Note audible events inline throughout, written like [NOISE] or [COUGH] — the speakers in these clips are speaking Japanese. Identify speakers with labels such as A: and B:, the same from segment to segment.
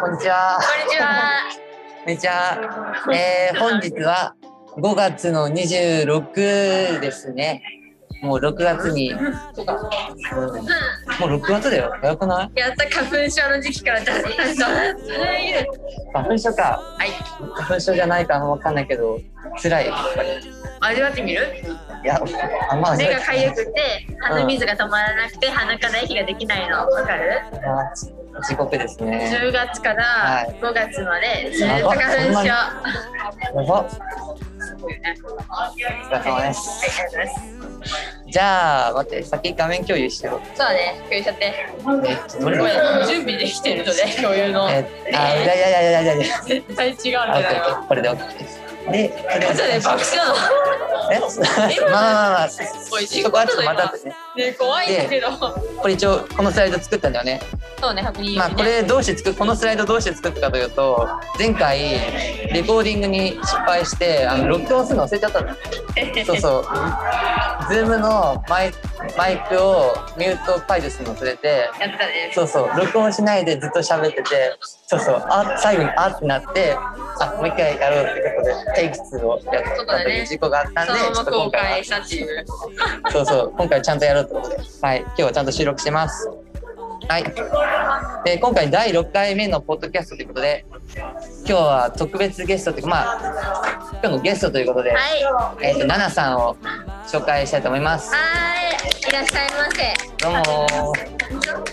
A: こんにちは。
B: こんにちは。
A: こんにちは。えー、本日は5月の26ですね。もう6月に、もう6月だよ。早くない
B: やった花粉症の時期からだったぞ。
A: 花粉症か。
B: はい。
A: 花粉症じゃないかわかんないけど、辛い。やっぱりい
B: 味わってみる？
A: や、あんま
B: 目が痒くて鼻水が止まらなくて鼻から息ができないのわかる？
A: あ地獄ですね。
B: 10月か
A: は
B: ら
A: い
B: 5月までずっ
A: そん
B: と花粉
A: なに
B: 症。
A: やば。
B: すごいね
A: お疲れ様です。
B: はいありがとうございます。
A: じゃあ、待って、先画面共有しよ
B: そうだね。共有しちゃって。
A: う。えっと、どれ
B: ご
A: だ
B: めん
A: えっ
B: 準備できてるので共有
A: と、
B: の
A: あ、いやいやいやいやいやいや。
B: 絶対違うんじゃ
A: あ、
B: ないの？
A: OK、これで OK です。で、
B: ちょっとね爆笑なの。
A: えまあまあまあ、そ
B: おい
A: こはちょっとまたですね。
B: ね怖いんだけど。
A: これ一応このスライド作ったんだよね。
B: そうね確認。
A: まあこれどうして作このスライドどうして作ったかというと、前回レコーディングに失敗してあの録音するの忘れちゃったの。そうそう。ズームのマイマイクをミュート解除するの忘れて。
B: [LAUGHS] やったね。
A: そうそう録音しないでずっと喋っててそうそうあ最後にあってなってあもう一回やろうってことでテイク2をやったという事故があったん
B: そ
A: で、
B: の
A: ちょ
B: ま
A: っ
B: ま
A: と
B: 公
A: 今回は
B: 開したっていう。
A: そうそう、今回ちゃんとやろうってことで、はい、今日はちゃんと収録してます。はい。で、今回第6回目のポッドキャストということで、今日は特別ゲストというか、まあ、今日のゲストということで、
B: はい。は
A: えっ、と、奈々さんを紹介したいと思います。
B: ーい。いらっしゃいませ。
A: どうもどうした
B: すいません。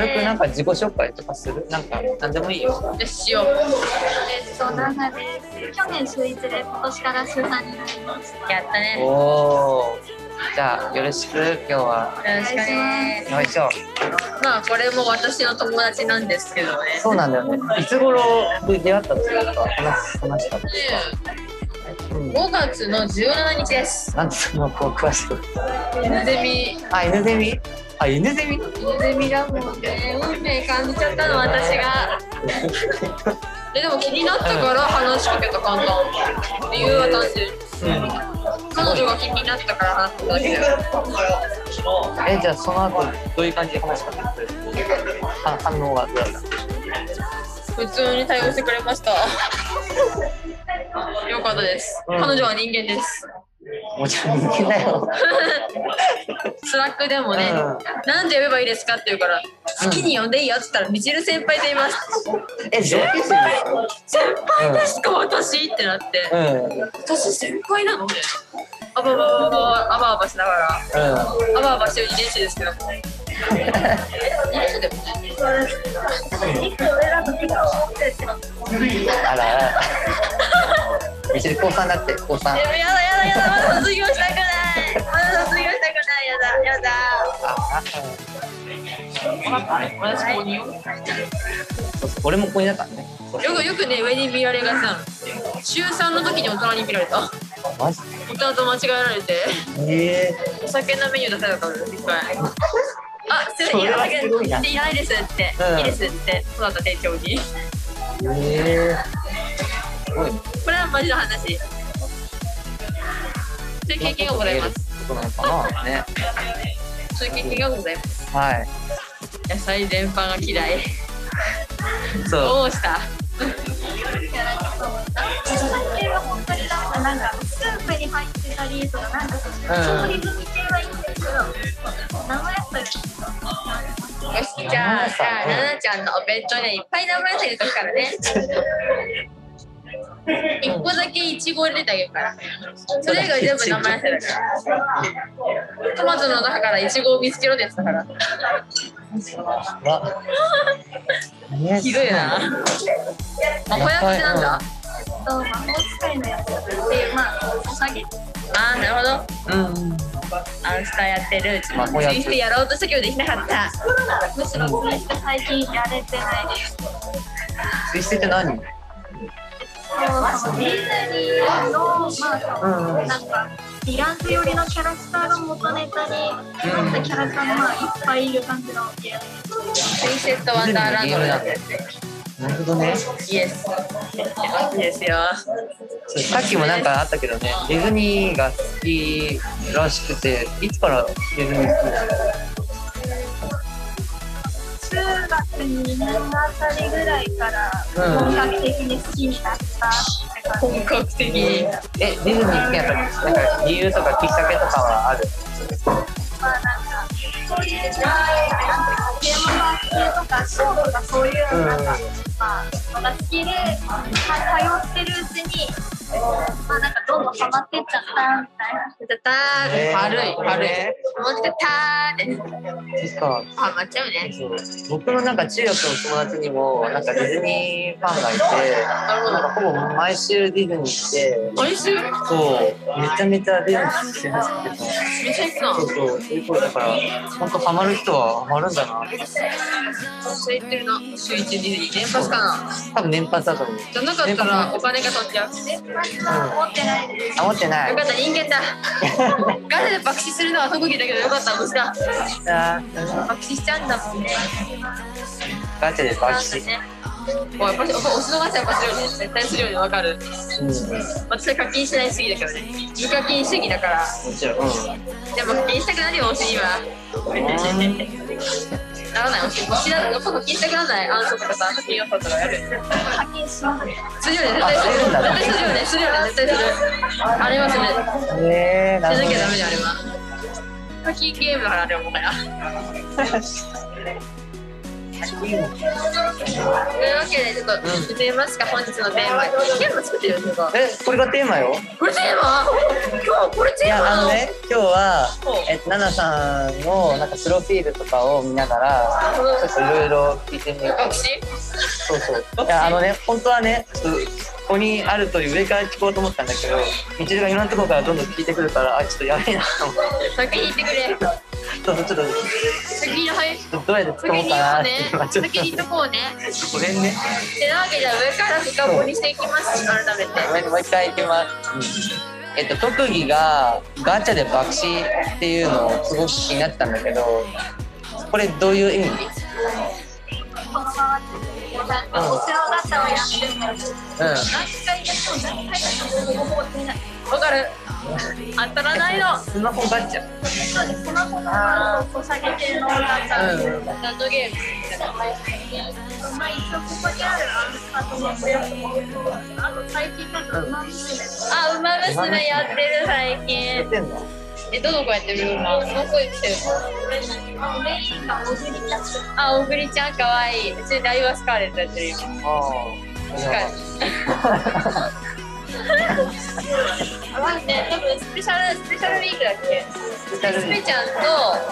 A: 軽くなんか自己紹介とかするなんか、なんでもいいよ。
B: よしよう。
C: えっと、ナナです。去年週一で、今年から週三になりました。
B: やったね。よ
A: おー。じゃあ、よろしく、今日は。
B: ろしくね。
A: よいしょ。
B: まあこれも私の友達なんですけどね。
A: そうなんだよね。いつ頃出会ったんですか話す話したんですかうん
B: 5月の17日です。
A: なんでそんなこう詳しく。
B: 犬ゼミ、
A: あ、犬ゼミあ、犬ゼミ
B: 犬ゼミだもんね。運命感じちゃったの私
A: [LAUGHS]
B: が。えでも気になったから話しかけた簡単。理由は単純。
A: うん。
B: 彼女が気になったから話しただけだよ。
A: え、じゃあその後、どういう感じで話しかけてくれるあ反応はどうだった
B: 普通に対応してくれました。よかったです。
A: うん
B: 彼女は人間
A: [LAUGHS]
B: です。
A: もちろん人間だよ。
B: スラックでもね、
A: うん
B: なんて呼べばいいですかって言うから、好きに呼んでいいよって言ったら、みちる先輩と言います。
A: え、上級生
B: 先輩ですか、私ってなって、
A: うん。うん。
B: 私先輩なのね。あばばばばば、あばあばしながら、あばあばしてる2年生
A: [LAUGHS]
B: ですけども。え2年生でもね。
A: あらあら。みちる高三だって、高三。
B: でもやだやだやだ、まだ卒業したくない。まだ卒業したくない、やだやだ。
A: あ、
B: 私ここによ。
A: あそうそう俺もここにだからね。そう
B: よくよくね、上に見られがちなの。中3の時に大人に見られた。
A: マジ
B: 大人と間違えられて、
A: ええ
B: お酒のメニュー出されたから、一回。
A: [LAUGHS]
B: あ、すい
A: それ
B: ま
A: は
B: せん、
A: す
B: い
A: ごいな
B: らないいらないですって、
A: うん
B: いいですって、そうだった店長に。
A: ええすごいね。
B: これはマジの話。そういう経験がございます。。
A: ことなのかなね。
B: そういう経験がございます。
A: はい。
B: 野菜全般が嫌い。
A: そう。
B: どうした。
C: 野菜系は本当にダメだ。なんか、スープに入ってたりとか、なんか、調理済み系はいいんですけど。生野菜。
B: よし、じゃあ、じゃあ、ななちゃんのお弁当にはいっぱい名前つけとくからね。一個だけいちご入れてあげるから。それ以外全部名前つけだから。トマトの中からいちごを見つけろですから。
A: わ。
B: ひどいな。まあ、こうやってなんだ。
C: えっと、魔法使いのやつっていう、まあ、おかげ。
B: ああ、なるほど。
A: うん。
B: アンスターやってるうち
A: まあこうやっ
B: に
A: て
B: してやろうとしたけどできなかった
C: むしろ、最近やれてないです。
A: 水星って何？
C: でも、そのディズニーの、まあ、その
A: うんうん
C: なんか、ディランズ寄りのキャラクターが元ネタに、なったキャラクターが、まあ、いっぱいいる感じのゲーム。
B: プリンセットワンダーランドのやつですね
A: なるほどね。
B: イエスいいですよ
A: さっきもなんかあったけどね、ディズニーが好きらしくて、いつからディズニー好きなの？
C: 中学月に年のあたりぐらいから
A: うん
C: 本格的に好きになったって感じ
B: 本格的に
A: え、ディズニー好きやったなんか理由とかきっかけとかはある
C: まあなんかそういうなんかテーマパークとかショーとかそういうなんか、まあのが好きで、まあ通ってるうちにまあなんかどんどんハマってっちゃったみたいな。
B: たたー軽い軽い思ってたーって
A: ですか
B: ハマっちゃうね
A: そう僕のなんか中学の友達にもなんかディズニーファンがいてなんかほぼ毎週ディズニー行って
B: 毎週
A: そうめちゃめちゃディズニー好きなんですけど
B: めっちゃ行く
A: そう
B: の
A: そうそういうことだから本当ハマる人はハマるんだな
B: 週行ってるの週1ディズニー年パスかな
A: 多分年発だと思う
B: じゃなかったらお金が取っちゃうよ
C: 思ってないです。
A: あ持ってない
B: かった人間 [LAUGHS] だガルで爆死するのは特技だけどよかった無事だ
A: あー
B: 爆死しちゃうんだもんね
A: ガチャでバチ、
B: ねもうやっぱりおお城がやっぱするよね絶対するよねわかる
A: うん、も
B: 私は課金しない主義だからね無課金主義だから
A: ちろん、うん、
B: でも課金したくなるよお尻はならないお尻腰だやっぱ課金したくならない暗所とかさ課金予想とかやる
C: 課金します。
B: するよね絶対する
A: あするんだ
B: 絶対するよねするよね絶対するあれはするし
A: えー、な
B: なき
A: る
B: ゃ
A: ほどね
B: ダメだよあれは課金ゲームだからあれはもはやというわけでちょっと決めますか、本日のテーマテーマ作ってるんですか
A: え、これがテーマよ。
B: これテーマ今日これ
A: い
B: テー
A: や、
B: マ
A: あ
B: な
A: の
B: の
A: ね、今日は
B: そう、
A: えっと、ナナさんの、なんかスロフィールとかを見ながら、ちょっといろいろ聞いてみよう
B: 学習
A: そうそう。いや、あのね、本当はね、ちょっと、ここにあるという上から聞こうと思ったんだけど、みちるがいろんなところからどんどん聞いてくるから、あ、ちょっとやべえなと思って、
B: 先に行ってくれ
A: ちょっと、ちょっと
B: 先にはい
A: ちょっと、どうやって使
B: 先
A: おう
B: に
A: かな
B: 行
A: ってい
B: こうね
A: うのが、ちょっと、
B: 先に行っとこうね
A: ごめんね。
B: てなわけで上から深掘りしていきます改めて
A: ごめんもう一回行きます。えっと、特技がガチャで爆死っていうのをすごく気になったんだけどこれどういう意味
C: このままなんかお世話方をやってるから。
A: う
C: 何回やっても何回やってもほぼ出ない。
B: わかる当たらないの
A: ん。スマホガチャ。
C: そうです。スマホのこう下げてのなんか、
A: うん。
B: 何のゲームみたいな
C: まあ一応ここにあるあのあとのやつもあと最近なんか馬娘と
B: あ、
C: か
B: ウマ娘やってる最近
A: てんの。
B: え、どの子やってるウマどの子やってる
C: メインがおじりキャッチ。
B: あ、小栗ちゃんかわいいうちダイワスカーレットやってるよ
A: ああ。
B: ね、多分スペシャルスペシャルウィークだっけ
A: スペシャルウ
B: ス
A: ィー
B: ペ
A: ク
B: ちゃん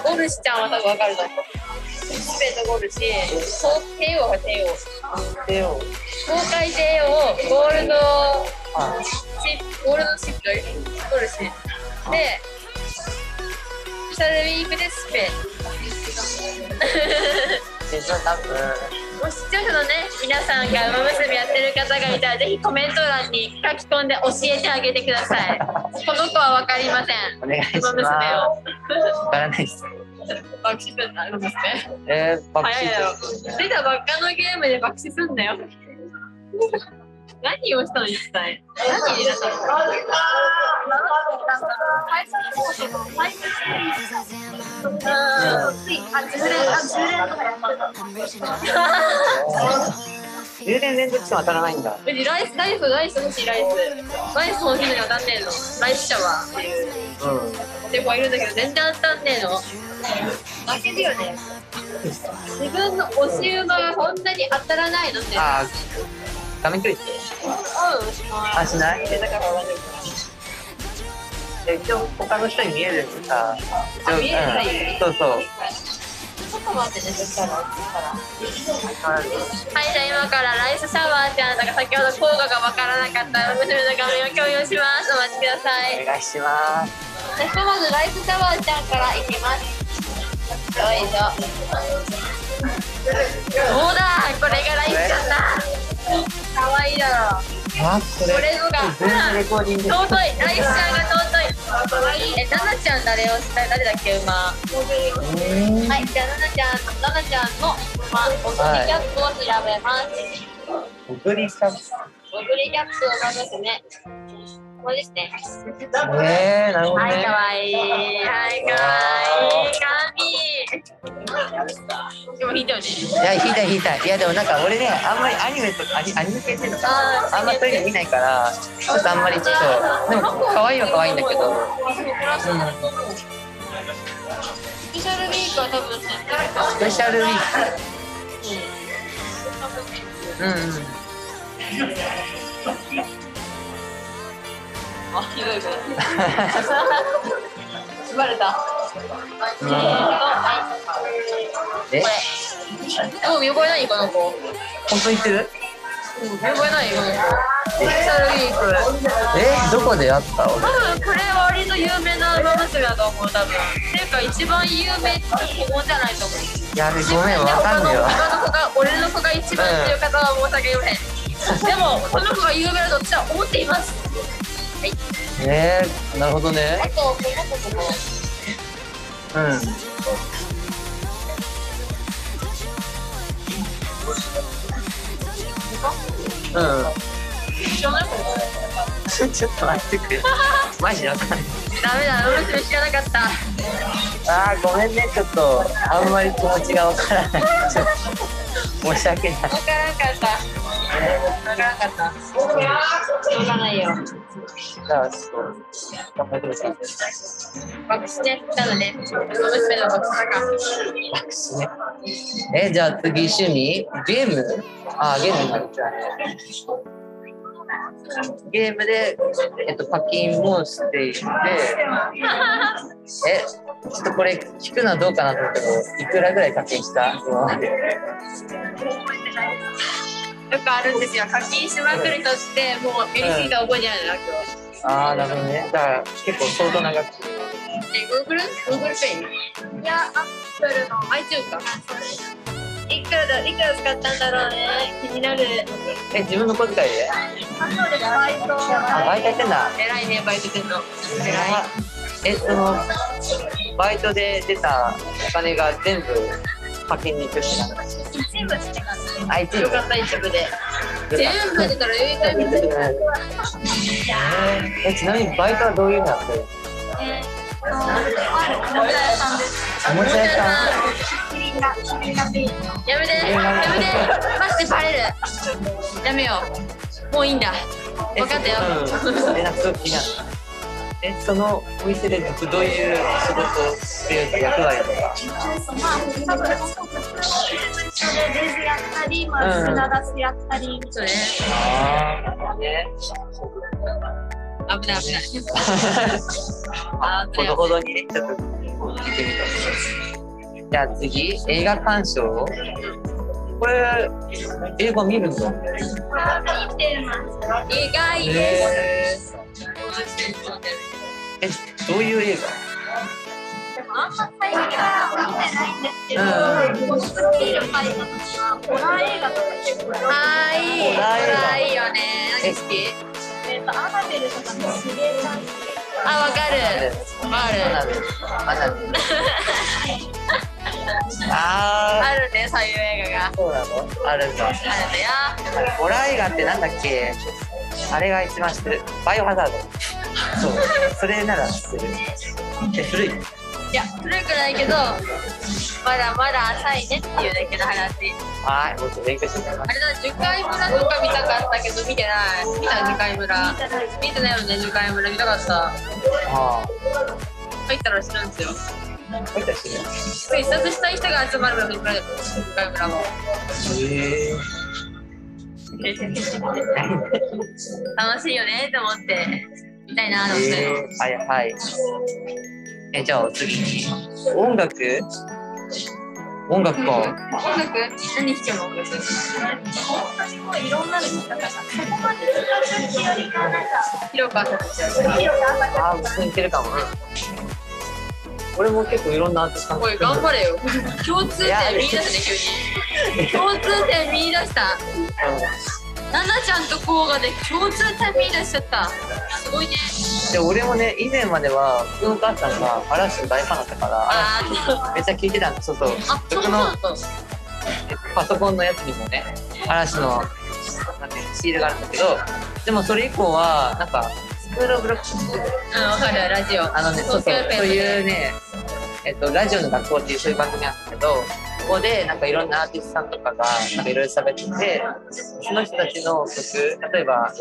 B: とゴルシちゃんは多分わかると思うスペとゴルシそう帝王は帝王
A: 手を。
B: 公開帝王ゴールド
A: あ。
B: シップゴールドシップゴルシでスペシャルウィークでスペ
A: え、じゃあ多分。
B: もし視聴者のね皆さんが馬娘やってる方がいたらぜひコメント欄に書き込んで教えてあげてくださいこの子はわかりません
A: お願いし
B: 馬
A: ます。
B: 娘
A: わ
B: を
A: からないです。
B: 爆死すんな馬娘
A: えー、爆死
B: 早いよ。出たばっかのゲームで爆死すんだよ。何をしたの一体。何になったの。
C: なんか最初の方とか最初のついあ10連あ10連とかやった。
A: 充電連続しても当たらないんだ。
B: うちライス、ライス、ライス欲しい、ライス。ライス欲しいのに当たんねえの。ライスシャワーっていう。
A: う
B: って子がいるんだけど、全然当たんねえの。負けるよね。自分の押し馬がそんなに当たらないのって。
A: ん。ああ。画面距離って。あ、しない。
B: だから大丈
A: え一応他の人に見えるってさ
B: あ見えるからいい
A: うんそうそう
B: 夫。ちょっと待ってね、そしたら。そしたら
A: あ
B: はい、じゃあ今からライスシャワーってあなたが先ほど効果がわからなかった娘の画面を共有します。お待ちください。
A: お願いします
B: じゃあひとまずライスシャワーちゃんからいきます。よいしょ。そうだ、これがライスちゃんだ。かわいいだろう。
A: あこれ
B: これのが
A: 全然レコーディング
B: 尊い、ライスちゃんが尊い。かわいい。え、ナナちゃん誰をしたい、誰だっけ、馬。
A: う
B: は
A: ーん
B: い、じゃあナナちゃん、ナナちゃんの馬、お尻キャップを調べます。
A: 小栗さん
B: オグリキャップをまずね。これですね。
A: ねえなるほど
B: はい、
A: ね
B: かわいい。はい、かわいい。でも弾いたよね。
A: いや、引いた引いた。いや、でもなんか俺ね、あんまりアニメとか、アニアニメ系っていうのかなあんまそういうの見ないから、ちょっとあんまり、そう。でも、可愛いは可愛いんだけど。
B: スペシャルウィークは多分ね、誰か
A: スペシャルウィーク。うんうん。
B: あ、ひどいこれ。 [LAUGHS] バレた。
A: え、
B: うん、見覚えないこの子。うん、
A: 本当に言ってる
B: 見覚えないこの子。スペシャルウィーク。
A: え、どこで会った
B: 多分これは割と有名な馬娘だと思う、多分。っていうか、一番有名ってここじゃない [LAUGHS] と思う。
A: いや、でごめん、わかんねえわ。
B: 他の子が俺の子が一番っていう方は申し訳ありません、でもこの子が有名だと私は思っています
A: えー、なるほどね。
B: あとこの子も
A: うん。う
B: 知らない子も
A: ん、ちょっと待ってくれ。マジでわかんない。
B: ダメだ俺それ知らなかった
A: ああ、ごめんね、ちょっと、あんまり気持ちがわからない。ちょっと申し訳ない。
B: 分からんかった分からんかった分からないよ
A: じゃあ、ちょっと、頑張ってください。
B: 爆死ねしたのねその娘の爆死か
A: 楽しね。え、じゃあ次、趣味ゲームあー、ゲームになるゲームで、えっと、パキンもしていて、え、ちょっとこれ聞くのはどうかなと思っても、いくらぐらい課金した今まで
B: よくあるんですよ課金しまくる人ってもうやりすぎた覚えじゃないの今日
A: ああ、なるほどね。だから結構相当長く。
B: え Google? Google Pay?
C: いや、アップルの
B: iTunes か
C: そ
B: いくらだいくら使ったんだろうね気になる
A: え、自分の小遣いで
C: れそうです、バイト。
A: あ、バイトやってんだ。
B: 偉いねバイト店の偉い
A: え、その、バイトで出たお金が全部課金に行くってなんだ。
C: 一部してます。
A: あ、一部
B: よ。かった一部で全部出たら有意会みたい
A: えちなみにバイトはどういうのやってる
C: えーっと、あるおもちゃ屋さんです。
A: おもちゃ屋さん
C: キリンが、キリンがビールの。
B: やめてやめてマジでバレるやめようもういいんだ分かったよ、
A: うん、えなんかすごく気になるえそのお店でずっとどういう仕事っていうか役割とか
C: まあ、多分、一緒でレジやったり、まあ、砂出しやったり、
B: そうね
A: ああなるほどね
B: 危ない危ない
A: ほどほどにねちょっと聞いてみたじゃあ次映画鑑賞これ映画見るの
C: 見てます。
B: 意外
A: え
B: です、
A: えどういう映
C: でも、あんま最近は見てないんですけど、僕の見る前の時は、ホラー映画とか結構よく見てて、
B: あーい
A: ホラー映画
B: いホラーいいよね何好き
C: えっと、アナベルとかのシゲちゃんっていう
B: あ分か
A: 画
B: る分かる
A: あなるあ
B: あるねそういう映画が
A: ーそうなのあるんだ
B: あるんだよ
A: ホラー映画ってなんだっけあれが一番知ってるバイオハザードそうそれなら知ってるえ古い
B: いや、古くないけど、まだまだ浅いねっていうだけの話。
A: はいもっと勉強してみま
B: あれだ、樹海村とか見たかったけど、見てない。見た、樹海村。見てないよね、樹海村。見たかった。
A: あ
B: 入ったら死ぬんですよ。
A: あこういった知る
B: 自殺したい人が集まる村だった樹海村も。
A: へえ
B: 楽しいよねと思って、見たいなと思って。
A: はいはいえじゃあ次音楽音楽か
B: 音楽何弾くの音楽
C: 私もいろんなの見たから、そこまで使う時よりか、なんか、
B: 広川さん。
C: 広く浅く
A: ああ普通にいけるかもな俺も結構いろんなアーティスト
B: おい、頑
A: る
B: 張れよ。共通点見出した
A: [LAUGHS]
B: ね、急に。共通点見出した。ナナちゃんとこうがね、共通点見出しちゃった。すごいね。
A: で俺もね以前までは僕のお母さんが嵐の大ファンだったから
B: あー
A: めっちゃ聞いてたんですそうそう
B: あ、そ
A: 僕
B: うそう
A: の
B: だった。
A: パソコンのやつにもね嵐のなんていうのシールがあるんだけどでもそれ以降はなんかスクールオブロック
B: うん、わかる、ラジオ。
A: あのねそうそう
B: スクールペー
A: そう
B: スで
A: いうねえっと、ラジオの学校っていうそういう番組なんですけど、ここでなんかいろんなアーティストさんとかがなんかいろいろ喋ってて、その人たちの曲、例えば、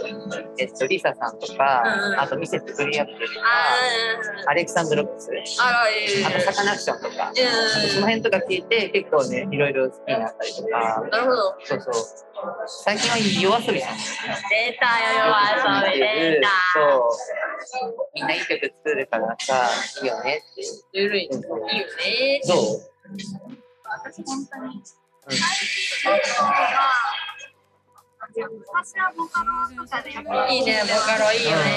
A: えっと、リサさんとか、
B: うんうん
A: あとミセスグリーンアップとか、
B: あ
A: アレクサンドロックス、
B: ーあらええ
A: あとサカナクションとか、その
B: え
A: 辺とか聞いて結構ね、いろいろ好きになったりとか
B: え、なるほど
A: そうそう。最近は夜遊びさん。
B: 出たよ夜遊び出た
A: そう。みんないい曲作るからさ、いいよねっていう。
B: ゆるいいいよね
A: どう
C: 私本当に
A: うん
C: 最近のは私はボカロとかでやっぱり
B: いいねボカロいいよね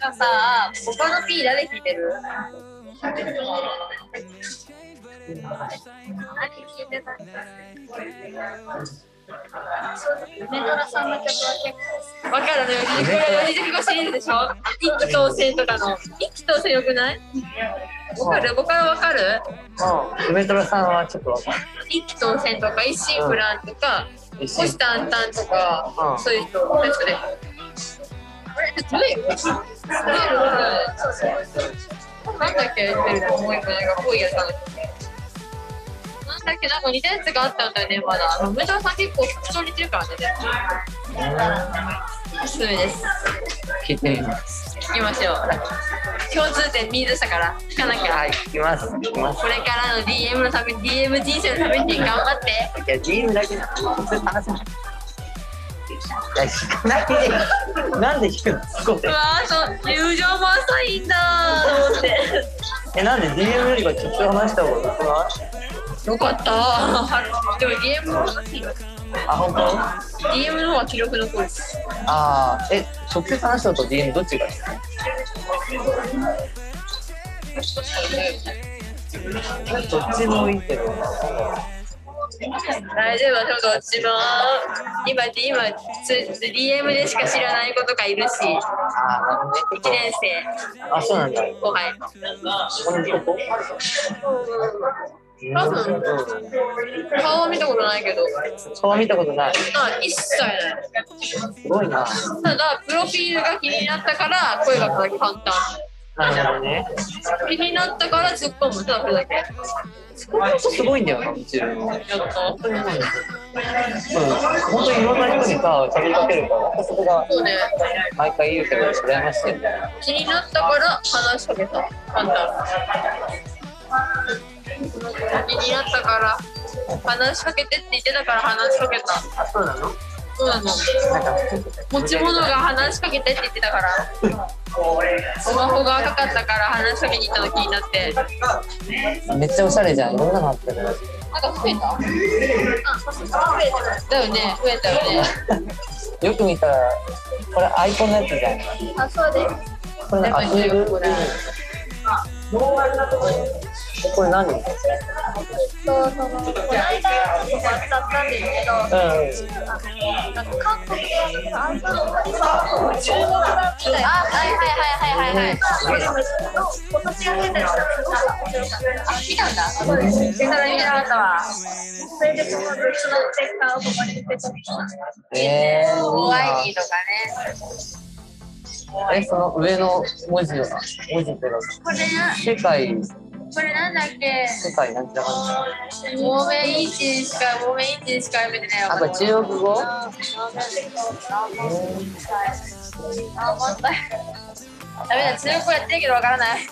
B: なんかさボカロ P 誰聴いてる
C: 何聴いてたんだ正直梅ドラさんの曲は結構
B: わかるね。これ45シリーズでしょ。一気当選とかの。一気当選よくない？わかる？ボカロわかる？
A: うん。梅虎さんはちょっとわかんない。
B: 一気当選とか一心不乱とか、
A: 一緒
B: 星タンタンとか、
A: うん
B: そういう人確かね。あれどれ？どれ？なんだっけ言ってるの？もう一個なんか恋やさんの曲。なんだっけなんか似たやつがあったんだよねまだ。ムタさん結構特徴似てるからね。おすすめです。
A: 聞いてみます。
B: 聞きましょう。共通点見出したから聞かなきゃ。
A: はい、聞きます。聞きます
B: こ。れからの DM のために DM 人生のために頑張って
A: いや、ゲームだけだ。直接話せない。いや、引かないで。なんで引くのそこ
B: う
A: で
B: わ。ーそう友情も浅いんだーと思って
A: え、なんで DM よりか直接話した方が良くない
B: よかったーでも DM の方がいいよ
A: あ、本当
B: DM の方が記録残るし
A: ああ、え、直接話したと DM どっちがいいどっちもいいけど。
B: 大丈夫だどっちも今今つ DM でしか知らない子とかいるし
A: ああ、なるほ
B: 1年生
A: ど。あ、そうなんだ。
B: 後輩
A: 同じとこ。うん
B: 多分顔は見たことないけど
A: 顔見たことない。
B: あ一切ない
A: すごいな。
B: ただプロフィールが気になったから声がかけ簡単
A: なるほどね。
B: 気になったから突っ込むただそれだけやっ
A: すごいんだよな、うちらの。
B: た
A: 本当にうまいんだようん、本当にいろんな人にさ、喋りかけるから、そこが
B: そうね
A: 毎回言うけど、羨ましいよね。
B: 気になったから話しかけた簡単気になったから話しかけてって言ってたから話しかけた
A: あ、そうなの
B: そうなの
A: なんか、
B: 持ち物が話しかけてって言ってたからスマホが赤かったから話しかけに行ったの気になってなん
A: めっちゃおしゃれじゃん。いろんなのあったけど。
B: か増えただよね増えたよね
A: よく見たら、これアイコンのやつじゃん。
C: あそうです
A: これアクリル
B: これ
A: これ何うん。
C: そうそのこの間やっちゃったんですけどなんか韓国でアンドロイドさ中国版みたいな
B: あはいはいはいはいはいはい
C: 今年が出たやつ
B: あ見たんだそうです見たら見てなかったわ
C: それでそのグッズのチェッカーをここに出てきました。
A: えー、
B: ホワ
A: い
B: イ
A: い
B: ニーとかね
A: なえ、その上の文字を、文字っていうの
C: これな、
A: 世界、
C: これなんだっけ。
A: 世界なんて感
B: モーメンインチしかモーメンインチしか読めてない
A: じ。あ
B: わ
A: と中国語
B: あもったいダメだ中国語やってるけどわからない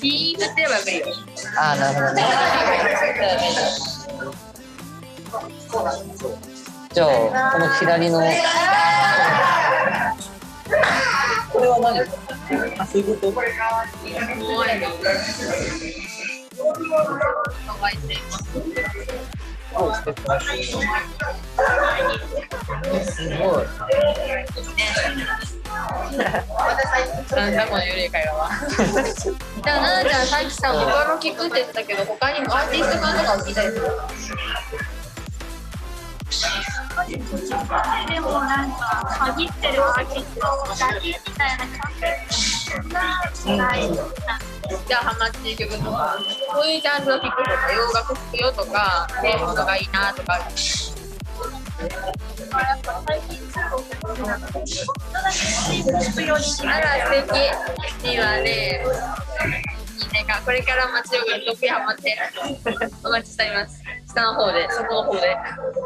B: ピーイングって言えばよく
A: あー、なるほどね。じゃあ、この左の。これは何あ、そういうこと
B: いいモーメンイン
A: えすごい。
B: なんだこの緩い会話はでも奈々ちゃんさっきさボカロ聞くって言ってたけど他にもアーティストさんとかも聞いたりする
C: でもなんか限ってるわけだけみたいな感じがない。
B: じゃあハマってる曲とかこういうジャンルを聞くとか洋楽聞くよとかテーマとかいいなとかある
C: まあやっぱ最近中国の国なのでちょっとだけスイーツようにし
B: あ
C: ま
B: ら、素敵。いいわね。いいねか、これから町中国にハマって、 [LAUGHS] お待ちしています。下の方で、そこの方で。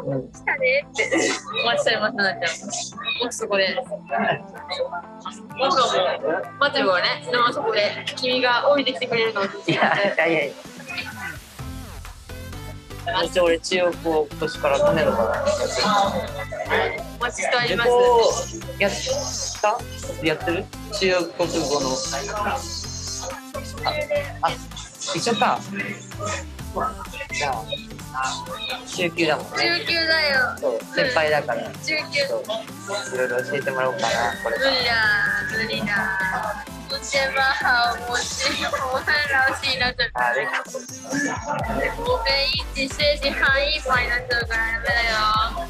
A: うん
B: 来たねって、お待ちしています、なっちゃん。僕そこで。僕はもう、町中国はね、でもそこで、君が降りてきてくれるのを聞いて。
A: やいや。一応俺中国を今年から去年のかな。
B: お待ちしており
A: 旅
B: ます。
A: 行やったやってる中国語の。あ、あ一緒か。じゃあ、中級だもんね。
B: 中級だよ。
A: そう、先輩だから。
B: 中級。
A: そういろいろ教えてもらおうかな、これ
B: 無。理だ、無理だ。我先把好，我是我很老实的这
A: あれ
B: 我们一起学习汉语版的这个，ダメだよ。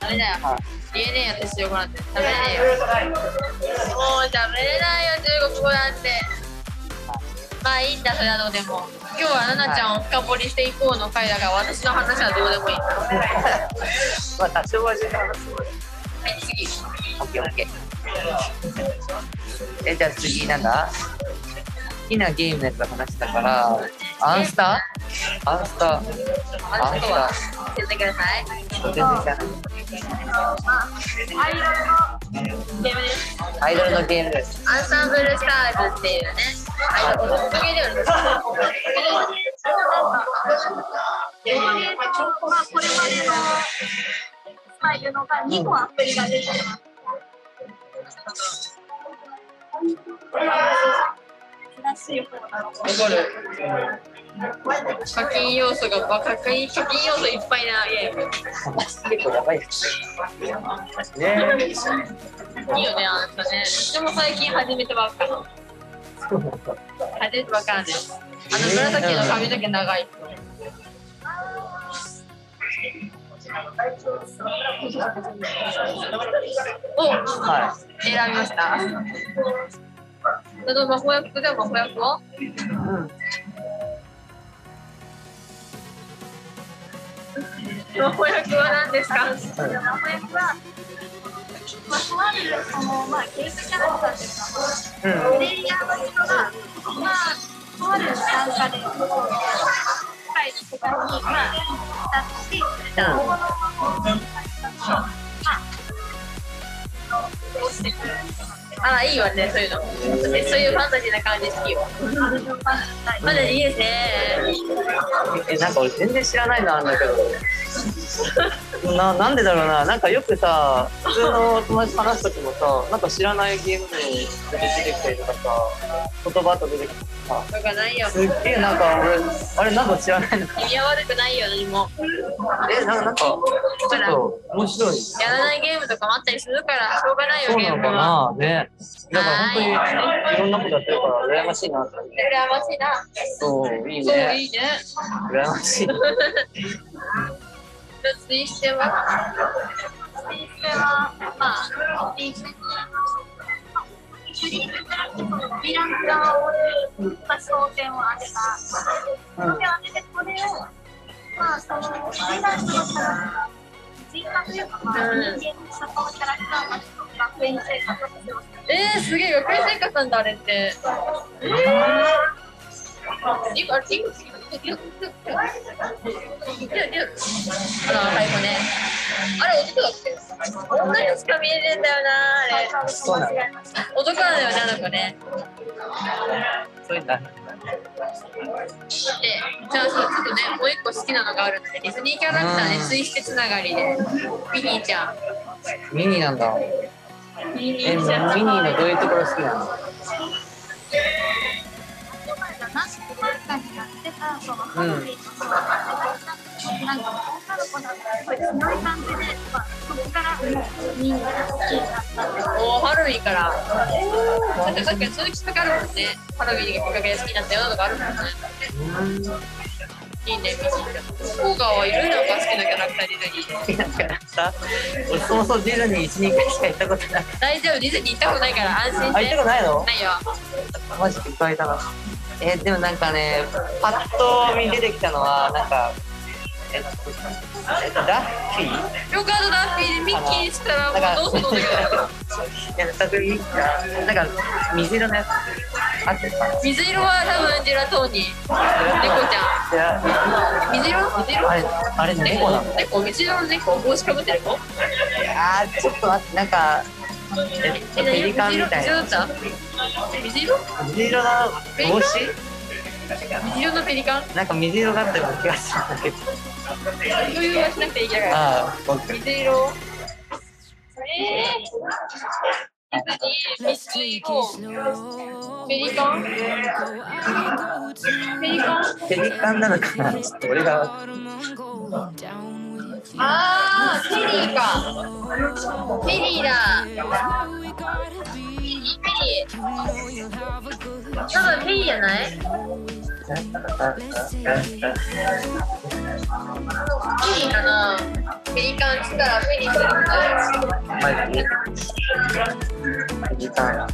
B: ダメだよ。
A: は
B: 言えねえよ、私横なんて。ダメだよ。もうダメだよ、中国語なんて。まあいいんだ、それはどうでも。今日はナナちゃんを深掘りしていこうの回だから、私の話はどうでもいい。
A: まあ、多少は時間がすごい。
B: はい、次。
A: オッケーオッケー。え、じゃあ次なんだ好きなゲームのやつの話だから、アンスタアンスタ
B: あの人は、教えてください。
A: 全然知らない。
C: すアイドルのゲームです
A: アイドルのゲームです。
B: アンサンブルスターズっていうね、あの、男系ではな
C: ここでまあこれまでのスタイルのが2個アプリが出てます新しい方なのか
B: くてわかる。課金要素がバカ、課金課金要素いっぱいなゲーム。
A: 結構やばいやつ。ね
B: いいよね、あんたね。でも最近始めてばっか。初めてばっかなんだよ。あの紫の髪の毛長い。お、
A: は
B: 選びました。その魔法薬で魔法薬を。
A: い。うん。
B: 魔法薬は何ですか。
C: 名前は、まあ、とあるその、まあ、ゲームキャラクターとい
A: うん。
C: うか、プレイヤーの人が、まあ、とある参加で、その世界の世界に、まあ、立って、大物の方に、まあ、落ちてくる。
B: あら、いいわね、そういうの。えそういうファンタジーな感じ好きよ。まだいいですね。
A: え、なんか俺全然知らないのあんだけど。な、なんでだろうな。なんかよくさ、普通の友達と話すときもさ、なんか知らないゲームに出てきたりとかさ、言葉と出てきたりとか
B: とかないよ
A: さ。。すっげえなんか俺、あれなんか知らないの
B: 君は悪くないよ、何も。
A: え、ななんか、ちょっと面白い。
B: やらないゲームとかもあったりするから、しょうがないよ、
A: そうな
B: ゲー
A: の
B: ム
A: か
B: は。
A: なね。だから本当にいろんなことやってるから羨ましいなって。
B: 羨ましいな。
A: そう、いい
B: そう、
A: ね。
B: いいね。
A: 羨ましい。
B: ツイステは。
C: でそれは、まあ、一緒に、一緒に、ミランダを追う、まあ、焦点を当てた。
A: うん。
C: で、これを、まあ、その、未来の人が、人格というか、まあ、人間の社交キャラクターの人が学園生活をしてます。
B: えー、すげえ、学園生活なんだ、あれって。えー。リコ、あれリコリコリコリコリコリコあら、最後ね。あれ、男だっけ。女にしか見えねえんだよな、あれ。
A: そうなの。
B: 男なんだよね、あの子ね。
A: そういうんだ。
B: で、じゃあ、そうちょっとね、もう一個好きなのがあるので、ディズニーキャラクターで、
A: うん
B: ツイステつながりで。ミニーちゃん。
A: ミニなんだ。
B: ミニ
A: え、ミニのどういうところ好きなの
C: だから、ナスクなんかにやってた、その、ハロウィンのその、なんか、女の子なんか、こういうない感じで、まあ、そこから、もう、みんな好きになったんです。
B: おハロウィンから。だってさっきそういうきっかけあるもんね。ハロウィンがきっかけで好きになったよとかあるもんね。
A: うん。
B: いいね、ミニーちゃん。効果はいるのが好きなキャラクターディズニー。
A: 好きなキャラクター俺そもそもディズニー1、2回しか行ったことない。
B: 大丈夫、ディズニー行ったことないから安心して。
A: あ、行ったことないの
B: ないよ。
A: マジでいっぱいいたな。えーでもなんかね、パッと見出てきたのは、なんか、えラッフィー
B: よかったラッピーでミッキーにしたらもうどうするのだけど
A: いや全くいいからなんか水色のやつあってた
B: 水色は多分ジェラトーニ猫ちゃ
A: いや
B: ん水色水色
A: あれあれ猫なの
B: 猫水色の猫帽子かぶってる子
A: あーちょっと待ってなんかえ
B: え
A: ペリカン
B: 水
A: み
B: 色
A: たい
B: 水
A: な
B: 色だった水色
A: 水色の帽子
B: 水色のペリカン
A: なんか水色だったような気がするんだけど
B: そういうはしなくていいから
A: ああ僕
B: 水色えー、ミステリーペリカンペリカン
A: ペリカンなのかなちょっと俺が
B: あー、ペリーか。ペリーだ。ペリー、ペリー。多分ペリーじゃないペリーかな。ペリカン来たらペリーするか
A: マジペリカンあー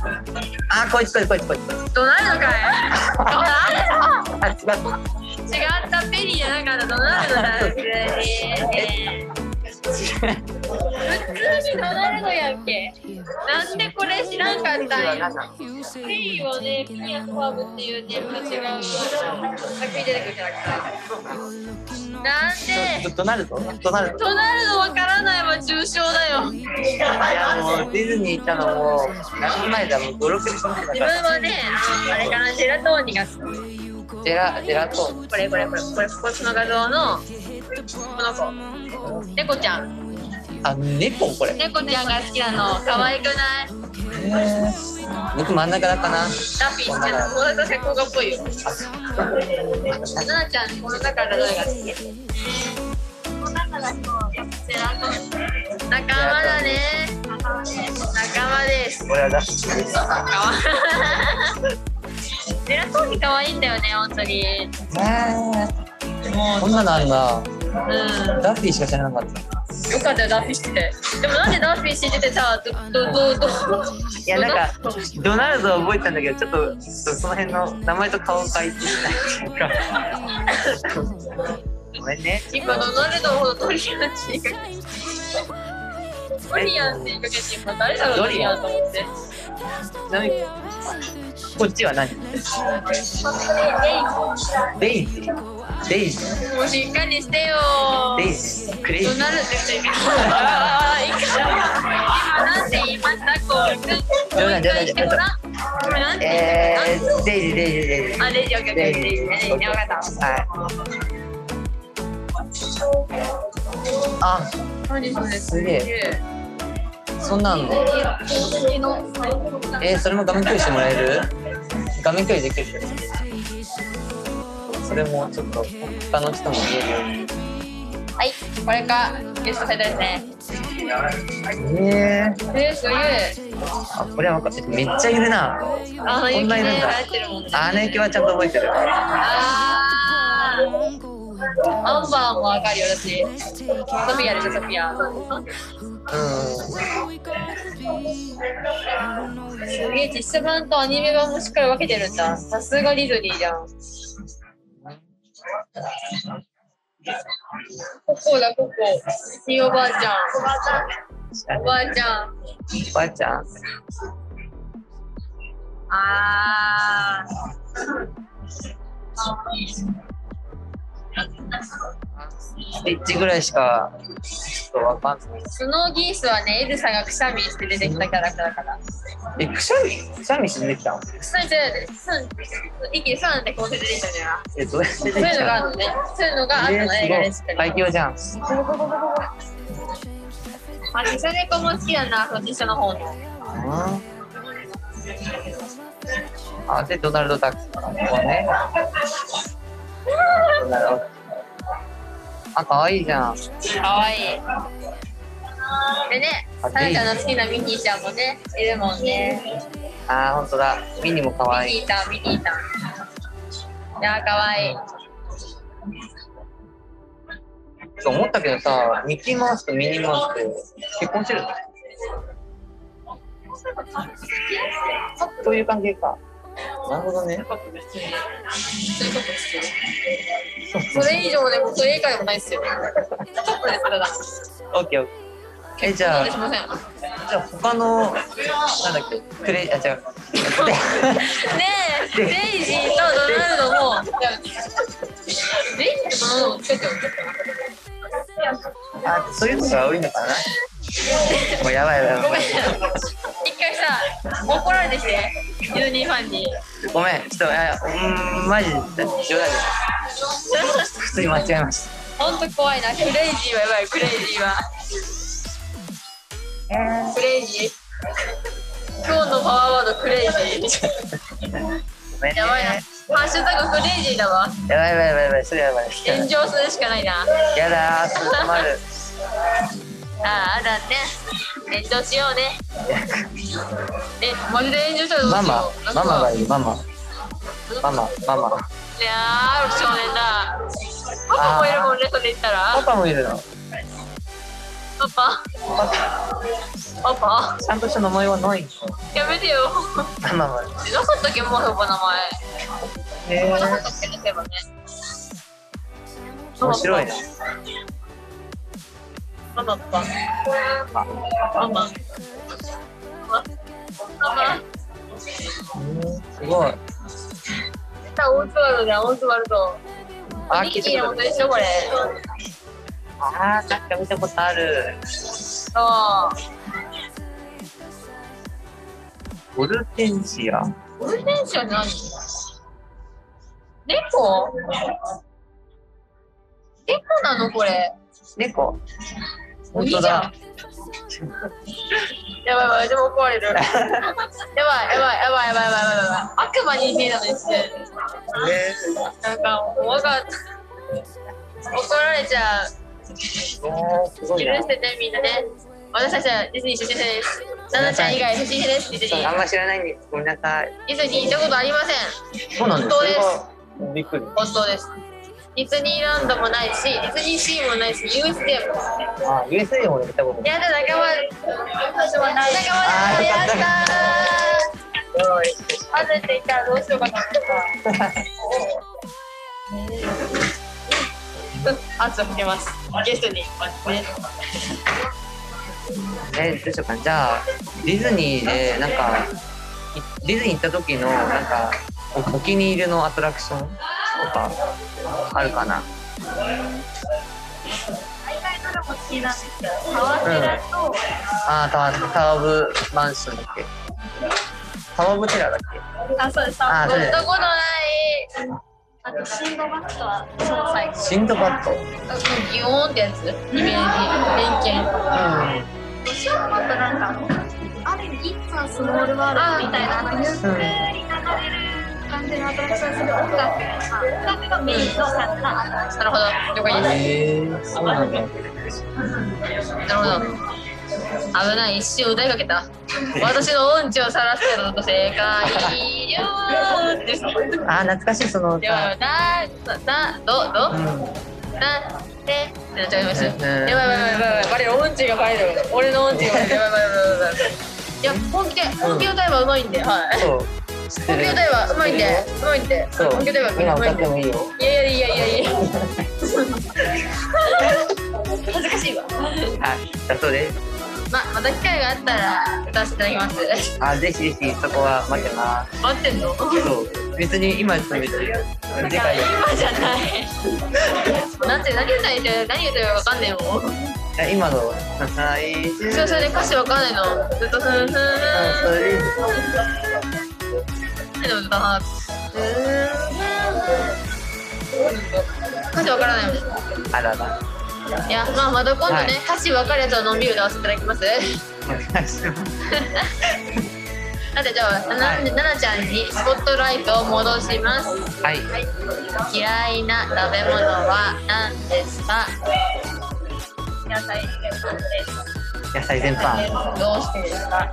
A: こいつこいつこいつこいつこい
B: どないの [LAUGHS] かいどな
A: つあ違った
B: いの違ったペリーじゃなかった。どないのだ普通に。えー普通にどなるのやっけなんでこれ知らんかったんや。ペリーはね、ピニアスファーブっていうね、違う作品に出てくるキャラクター。なん
A: ちょ
B: で、
A: っとなるぞとなるぞ
B: となるのわからないは重症だよ。自
A: いやもうディズニー行ったのも何年前だもう56年前だか
B: 分
A: ら
B: はね、あれかな、ジェラトーニが好き。
A: ジェラジェラトーン
B: これこれこれ、これ、こっちの画像の、この子。猫ちゃん。
A: あ猫これ
B: 猫ちゃんが好きなの、可愛くない
A: 僕真ん中だったな
B: ラピーちゃん、この中学校がっぽいよ。ななちゃん、この中から誰が好き
C: この中だと
B: ジェラトーニ。仲間だね。仲間です。
A: これはだ
B: ジェラトーニ可愛いんだよね、本当に。
A: こんなのあるな
B: うん。
A: ダッフィーしか知らなかった
B: よかったよ、ダッフィーしてて。でもなんでダッフィーしててさ、ど、ど、ど、ど、
A: いやなんかドナルドは覚えてたんだけどちょっとちょっとその辺の名前と顔を変えてないっていうかごめんね
B: 今のなるのほどトリアンって言いかけトリアンって言いかけて、今誰だろう、トリアンと思って。
A: ちなみにこっちは何デイジーデイジー
B: もうしっかりしてよ
A: デイジークレイジ
B: ど
A: ー
B: なるって言ってみああ、いいか。今なんて言いました、こう。
A: 冗談冗談
B: 言ってごらん。今なんて言
A: え
B: いました
A: ー、デイジーデイジーデイジー
B: あ、レジオッケーオッケーオッケーオッケーオッケーわかった。
A: はいあ
B: 何それ
A: すげえそんなんのえー、それも画面共有してもらえる画面共有できるそれもちょっと他の人も見えるように
B: はい、これかゲスト世代ですね。
A: ええ
B: えー、すごい。
A: あ、これは分かってめっちゃいるな。
B: あの
A: こんなにい
B: 雪
A: るん
B: ね、
A: だ
B: 流行ってるもんね。
A: あの駅はちゃんと覚えてる。
B: あーアンバーもわかるよ、私。ソフィアでしょ、ソフィア。
A: う
B: すげえ、実写版とアニメ版もしっかり分けてるんだ。さすがディズニーじゃん。ここだ、ここ。ひいおばあちゃん。おばあちゃん。
A: ん。おばあちゃん。
B: あ
A: ステッチぐらいしか。ちょっとわかんない
B: ー。スノーギースはねエルサがくしゃみして出てきたキャラクターだから
A: え、くしゃみ、くしゃみして出てきたの。
B: くしゃみじゃないですスン一気にスンってこう出てきたんじゃない
A: え、どうやって出
B: そ
A: て
B: う
A: き
B: いうのがあ
A: た
B: る
A: の。
B: のねそういうのがあったの映画
A: え
B: で
A: ー
B: す
A: す
B: け
A: ごい
B: ど
A: 最強じゃん。
B: あ実写猫も好きだなその実写の方の
A: あ、で、ドナルドダック。ここね。ドナルドあ、可愛いじゃん。
B: かわいいでね
A: あ
B: さやちゃんの好きなミニーちゃんもねいるもんね
A: あー、本当だ。ミニも可愛
B: ミ
A: い。
B: ニーたんミニーたんいやーかわいい
A: そう思ったけどさ、ミッキーマウスとミニーマウスって結婚してるのという関係か。なるほど
B: [LAUGHS]
A: ね。
B: カップが必要そういうカップ必要それ以上でもそれ以外もないですよ。カップですからだ。
A: オッケーオッケー。え、じゃあ、
B: す
A: じ
B: みません。
A: ゃあ他の、なんだっけ、クレイ、あ、違
B: [LAUGHS]
A: う。
B: ねえ、デイジーとドナルドも。デイジーとドナルドもつけておく
A: あ、そういうのが多いのかな。もうやばいやばい
B: ご
A: や
B: め
A: ば
B: ん
A: い。。
B: 一回さ、怒られてきて、ユーニーファンに。
A: ごめん、ちょっと、あうーん、マジで、冗談です。普通に間違えまし
B: 本当怖いな。クレイジーはやばい、クレイジーは。クレイジー。今日のパワーワードクレイジー。
A: た。ごめんね。
B: やばいな。ハッシュタグクレイジーだわ。
A: やばいやばいやばいやばい、それやばい。
B: 炎上するしかないな。あ
A: やだー、すぐ止まる。
B: あ、あだね。炎上しようね。え、マジで炎上したらどうし
A: マ
B: よう。
A: マ、ママがいい、ママ、ママ、ママ。
B: いやー、少年だ。パパもいるもんね、それ言った
A: パ
B: ら。
A: パもいるの。
B: パパ。
A: パパ、
B: パパ。
A: ちゃんとした名前はないの。
B: やめてよ。 [LAUGHS]
A: ママは。
B: なかったっけ、もうそこ名
A: へ
B: 前。なか
A: ー
B: ったっけね、そういえばね。
A: 面白いな。
B: ママ、パパ。ママ。ママ。ママ。
A: うんすごい。
B: 出た、オーズワルドだ、オーズワルド。
A: あー、
B: ミ
A: 聞
B: ッ
A: い
B: キー
A: た
B: の
A: こ
B: こととでしょ、これ。
A: あー、なんか見たことある。
B: そう。
A: ボルテンシア。
B: オルテンション何猫猫なのこれ。
A: 猫。本
B: いいじ
A: 当
B: ゃん
A: だ。。
B: やばいやばい、でも怒られる。やばいやばいやばいやばいやばいやばいやばい。悪魔に見えたのにして。
A: え
B: なんか、もうわかっ怒られちゃう。
A: ー、あーすご
B: 許
A: いな
B: し。てね、みんなね。私たちはディズニー初心者です。ナナちゃん以外初心者です、ディズニ
A: あん
B: ー。
A: ま知らないんで、ごめんなさい。
B: ディズニー行ったことありません。
A: そうなんです。
B: 本当です
A: それはびっくり。
B: 本当です。ディズニーランドもないし、ディズニーシーもないし、USJ も。
A: あ、USA でも俺見たことない。
B: やだ、仲間。仲間だ、やった
A: すごい。
B: ー。混ぜていたらどうしようかな。圧をかけます。ゲストに。ね、
A: えどうしようかなじゃあディズニーでなんかいディズニー行った時のなんかおお気に入りのアトラクションとかあるかな
C: 海外ドラマ好きなんですけど、パワーテラと、
A: あータワータワーオブマンションだっけタワーオブテラーだっけ
C: あ、そうです。
A: あー
B: 乗
A: そ
B: っ
A: れ
B: たことない。
C: あとシンドバッドは超最高。
A: シンドバッド
B: ギューンってやつ。イメージ。偏
A: う
B: 見。
C: シンドバッドなんか、ある意味、イッツァンスモールワールドみたいな、あのゆっくり流れる感じのアトラクションする音楽が、音楽がメインとされたアトラクション。
B: なるほど。了
A: ん
B: 解です。
A: へえー、そうなんだ
B: なるほど。危ない、一瞬歌いかけた。私の音痴をさらすのと正解よーです。
A: あー懐かしいその
B: で
A: 歌
B: は、だ、だ、ど、
A: う
B: ど、
A: ん
B: だ、て、ってなっちゃいました。
A: うん
B: やばいやばいやばいやばい、バレる、音痴がバレる。俺の音痴がバレ
A: [LAUGHS]
B: る。やばいやばいやばいやばい。いや、本気で、本気の歌えばうまいんで、はい。
A: そう
B: 本気の歌えばうまいんで、うまいんで、
A: そう
B: 本気の歌えば
A: 今
B: うま
A: 歌
B: いん
A: っ
B: で
A: て。もいいよ
B: いやいやいやいやいや。恥ずかしいわ。
A: はいだそうです
B: ままた機会があったら歌わせていただきます。
A: あーぜひぜひそこは待ってます
B: 待ってんの？
A: そう別に今じゃ別に
B: 今
A: 次回
B: じゃない。なんて何歌いて何歌うかわかんねえもん。
A: いや今の最終
B: そうそれで歌詞わかんないの。ずっとふんふんふん。
A: それでいいです
B: 何の歌かな。歌詞わからないもん。
A: あらら
B: いやまあまた今度ね、
A: はい
B: 歌詞わかるやつはのんびり歌わせていただきます。 [LAUGHS]
A: お願いします
B: なんでじゃあなな
A: はい
B: ななちゃんにスポットライトを戻します。
A: はい
B: 嫌いな食べ物は何ですか？
C: 野菜でです。
A: 野菜全般
B: どうしてですか？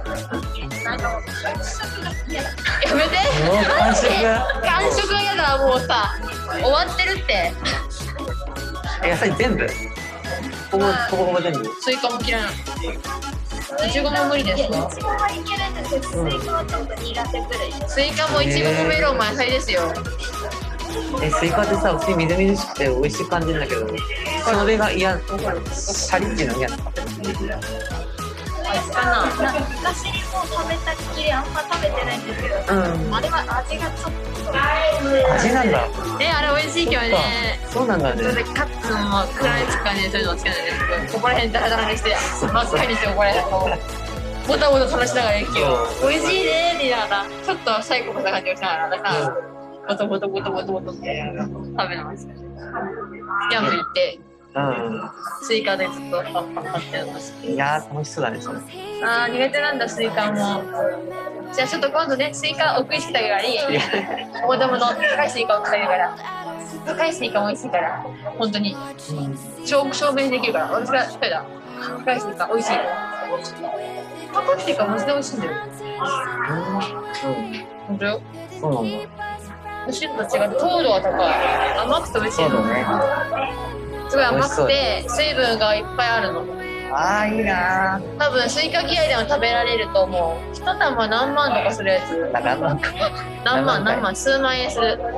C: なんかもう、食が嫌だ。
B: やめて
A: もう完食
B: 完食が嫌だもうさ終わってるって
A: 野菜全部ほぼほぼほぼ全部
B: スイカも嫌いなのいちごも無理ですか
C: いやいちごはいけるんですけど、スイカはちょっと苦手くらいです。
B: スイカもいちごもメロンも野菜ですよ。
A: えスイカってさ普通にみずみずしくて美味しい感じなんだけどそれが嫌シャリっていうの嫌なの
B: あいつかな。
C: なんか昔にもう食べたっきりあんま食べてないんですけど、
A: うん
C: あれは味がちょっと。
A: 味なんだ
B: ね、あれ美味しいけどね。
A: そうなんだ
B: それ
A: ね
B: でカッツンも食らいつく感じでそういうのをつけないですここら辺ダラダラにして真っ赤にしてこれこうボタボタ話しながら駅
A: そ
B: を
A: う
B: 美味しいねって言いながらちょっとサイコパスな感じをしながらさボトボトボトボトボトって食べましたねキャンプ行って
A: う
B: スイカでずっとパッパッパッってやりました
A: んいやー楽しそうだねそれい
B: あー苦手なんだスイカもじゃあちょっと今度ねスイカ送りしてたぐらい
A: や
B: 子供の高いスイカを送りたから高いスイカも美味しいから本当に証証明できるから私が食べた高いスイカ美味しい高いスイカマジで美味しいんだよ
A: うん
B: 本当よ
A: そうなんだ
B: シュと違って糖度が高い甘くて美味しい
A: そう
B: の
A: だね
B: すごい甘くて水分がいっぱいあるの
A: あーいいなー
B: 多分スイカ嫌いでも食べられると思う一玉何万とかするやつ
A: だからなんか
B: 何万何万数万円する一玉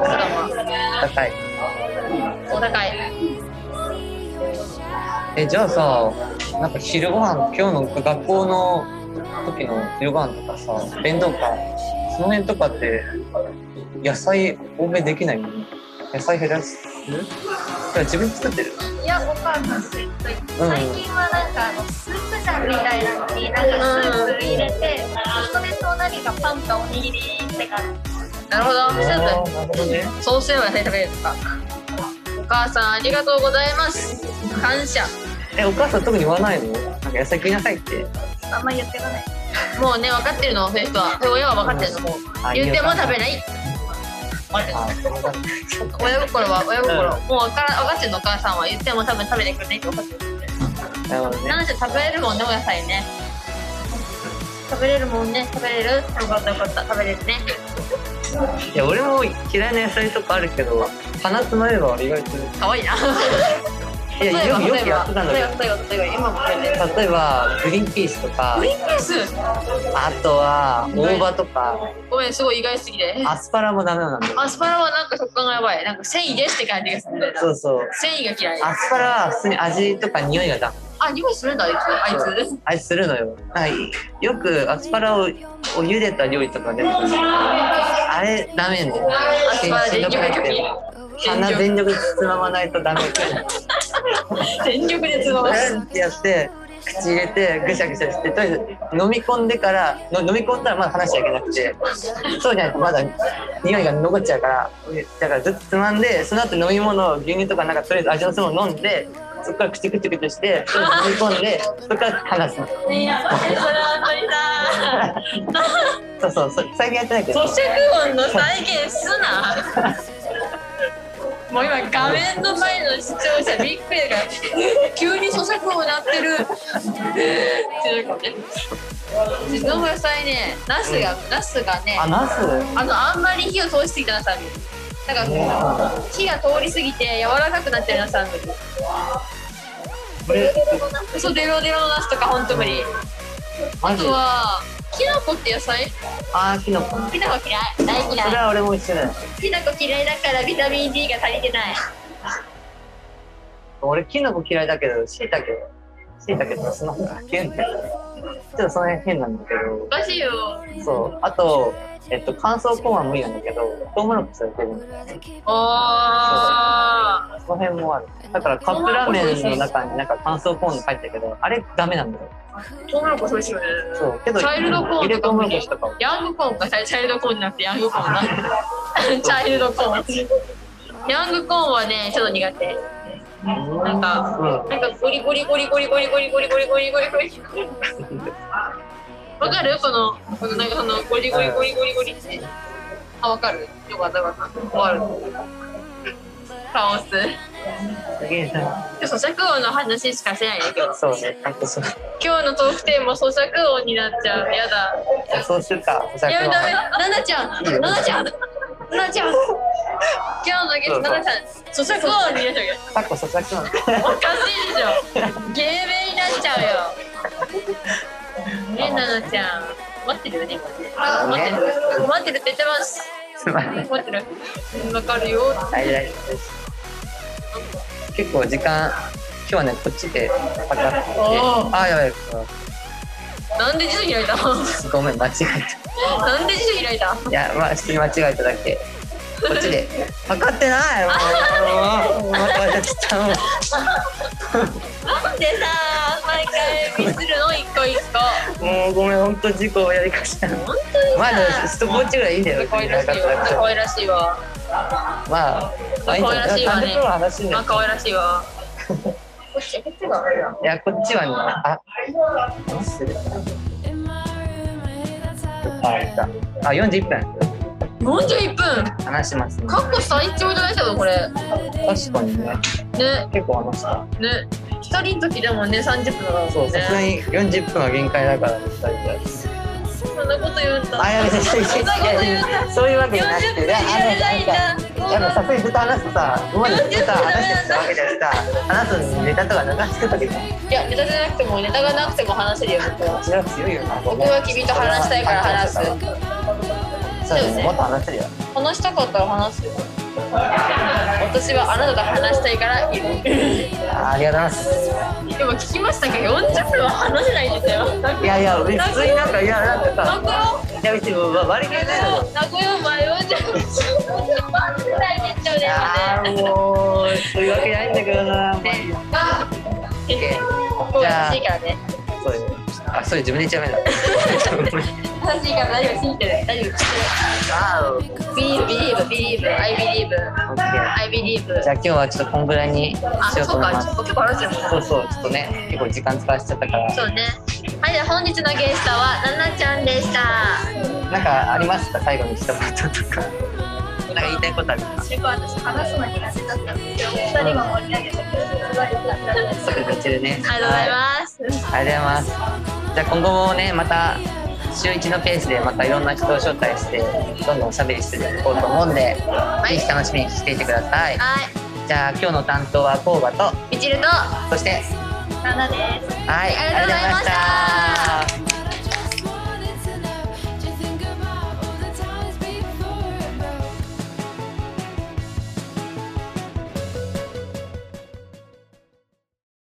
A: 高い
B: お高い
A: えじゃあさなんか昼ご飯今日の学校の時の昼ご飯とかさ弁当かその辺とかって野菜多めできないの野菜減らすいや自分作ってる
C: いや、お母さんずっと言って、最近はなんかあのスープジャンみたいなのに、なんかスープ入れて、それと何かパンかおにぎりって感じ。
B: なるほどちょっと
A: あーなるほどね
B: そうすれば野菜食べれるとか。お母さんありがとうございます。感謝。
A: えお母さん特に言わないのなんか野菜食いなさいって
C: あんま言ってこない。
B: もうね、分かってるの、そういう人は。そういう親は分かってるの、もう。
A: あ
B: 言っても
A: いいよ
B: 食べない。分かってるの
A: あそうなんだ
B: 親心は親心、
A: う
B: もう分から分かってるのお母さんは言っても多分食べてくれないって分かってるんで
A: なるほどね
B: なんせ食べれるもんねお野菜ね食べれるもんね食べれるよかったよかった食べれるね
A: いや俺も嫌いな野菜とかあるけど鼻詰まれば意外と
B: かわいいな
A: い
B: 例えば
A: やよくよ
B: 例
A: く
B: え
A: や
B: ば
A: ってたんだ
B: 例
A: け
B: え
A: ど
B: ば例えば例えば今も食べてる
A: 例えばグリーンピースとか
B: グリーンピース
A: あとは大葉とか
B: ごめんすごい意外すぎて
A: アスパラもダメなんだよ
B: アスパラはなんか食感がやばいなんか繊維ですって感じがするんだよな
A: そうそう
B: 繊維が嫌い。
A: アスパラは普通に味とか匂いがダメ
B: あ、匂いするんだ、あいつ。あいつ。
A: 味するのよはいよくアスパラをお茹でた料理とかであれダメんだよ
B: アスパラ
A: 全
B: 全
A: 身が痒く
B: 力
A: て鼻全力でつままないとダメ
B: 全力でつまむ。
A: うんってやって口入れてぐしゃぐしゃしてとりあえず飲み込んでからの飲み込んだらまだ話しちゃいけなくてそうじゃないとまだ匂いが残っちゃうからだからずっとつまんでその後飲み物を牛乳とかなんかとりあえず味のするもの飲んでそこから口くちくちしてとりあえず飲み込んでそこから話すの
B: ねえ、やばい、それは本
A: そうそうそう最近やってないけ
B: 当
A: ど
B: にさ。咀嚼音の再現すな。もう今画面の前の視聴者びっくりだからえ急に咀嚼音鳴ってるっていうかねうちの野菜ねナスが、ナスがね
A: あナス
B: あのあんまり火を通しすぎたなさだから火が通り過ぎて柔らかくなってるなさ
A: これ
B: 嘘デロデロのナスとか本当無理
A: マ
B: あ
A: ジ
B: とはキノコって野菜
A: あーキノコ
B: きなこ嫌い大
A: それ
B: 嫌い
A: は俺も一緒だよ
B: きなこ嫌いだからビタミン D が足りてない
A: 俺キノコ嫌いだけどしいたけしいたけとかその方がキュンってちょっとその辺変なんだけど
B: おかしいよ
A: そう。あと、えっと、乾燥コーンは無理なんだけど、トウモロコシは出るんだよね。
B: あ
A: その辺もある。だからカップラーメンの中になんか乾燥コーンが入ってるけど、あれダメなんだよ。
B: トウモロコシ美味しいよね
A: そう。けど、
B: チャイルドコーン
A: ゆで
B: と
A: トウ
B: かも
A: モ
B: ね
A: ロコシとかも。
B: ヤングコーンかチャイルドコーンになってヤングコーンなチャイルドコーンヤングコーンはねちょっと苦手なんか
A: うん。
B: なんかゴリゴリゴリゴリゴリゴリゴリゴリゴリゴリゴリわかるこのこのなんかそのゴリゴリゴリゴリゴリってあわかるよかったよかった終わるカオス
A: すげえな。
B: 今日咀嚼音の話しかせないね今日
A: そうね。あとそう。
B: 今日のトークテーマ咀嚼音になっちゃうやだ
A: そうするか。咀
B: や
A: 嚼
B: め
A: 音
B: ダメナナちゃんナナちゃんナナちゃん今日のゲストナナちゃん咀嚼音になっちゃうよ
A: さっこ咀
B: [LAUGHS]
A: 嚼音。
B: おかしいでしょ芸名になっちゃうよね、ななちゃん。待ってるよね、今ね。待ってる。待ってるって言ってます。
A: すまない
B: 待ってる。うんわかるよ。
A: 大丈夫です結構時間今日はねこっちでパカって
B: お
A: あやばい
B: なんで辞書開いた
A: ごめん間違え
B: なんで辞書開いた
A: たいやまあ普通に間違えただけこっちでパカってないもうもうまたやっちゃったもう
B: なんでさ、毎回ミスるの、一個一個。
A: もうごめん本当事故をやりかした
B: 本当にさ。
A: まあでもストップウォッチぐらいいいんだよ
B: 可愛らしいわ。可愛らしいわ。
A: まあまあいいんじゃない
B: 可愛らしいわね
A: 30分の話に
B: ま
A: な
B: あ、
A: る
B: 可愛らしいわ。こっち、こっちが。
A: いやこっちはねあ失礼あいたあ41分
B: 四十一分。
A: 話します
B: 過去最長じゃないけど、これ。
A: 確かにね
B: ね、
A: 結構話した
B: ね。二人の時でもんね、三十分だから。
A: そうさすが
B: ね。
A: に40分は限界だからね二人で
B: そんなこと言った。
A: あやめて
B: そんなこと言っ
A: そういうわけじゃな
B: た。
A: く
B: 四十
A: て
B: 分
A: ねあ
B: やりたいんだ。
A: のやっぱさすがにずっと話してさ今までずっとさ
B: 40分
A: 話してきたわけじゃなくてさ話すネタとか流してたけど
B: いや、ネタじゃなくても、ネタがなくても話せるよ、僕は。
A: それは強いよな
B: 僕は君と話したいから話す。
A: そうだねもっと話せるよ
B: 話したかったら話すよ。私はあなたと話したいからいる。
A: [LAUGHS] あありがとうございます
B: でも聞きましたけど、40分は話せないん
A: [LAUGHS]
B: ですよ。
A: いやいや別になんかいやなんか
B: 泣く
A: さ
B: よ。
A: いや別に割り切れないの
B: 名古屋迷うじゃん。大熱唱だ
A: あ
B: よ
A: ー
B: ね。
A: もうそういうわけないんだけどな
B: あ、
A: じゃあ
B: 悲しいからね。
A: そうですねあそれ自分で言っちゃダメだ [LAUGHS]
B: 悲しいから大丈夫、信じてる。大丈
A: あー
B: 夫。Believe, believe, believe, I believe,
A: オッケー
B: I believe.
A: じゃあ今日はちょっとこんぐらいにし
B: あ、
A: ようと
B: そう
A: 思い
B: か、
A: ま
B: ち
A: す
B: ょっ。と結構話してるもん。
A: そうそう、ちょっとね、結構時間使わせちゃったから、
B: そうね。はい、じゃあ本日のゲストは、ななちゃんでした。
A: なんかありました最後に一言とか。 [LAUGHS] なんか言いたいことあります
C: 私話すの苦手だったんですけど、二人が盛り上げてくれてすごい良かったです。
A: か。それ途中ね。
B: ありがとうございます。
A: す。ありがとうございます。じゃあ今後もね、また週一のペースでまたいろんな人を招待して、どんどんおしゃべりしていこうと思うんで、ぜひ楽しみにしていてください。
B: はい、
A: じゃあ今日の担当はコーバと、
B: みちると、
A: そして、
B: ななです。
A: はい、
B: ありがとうございました。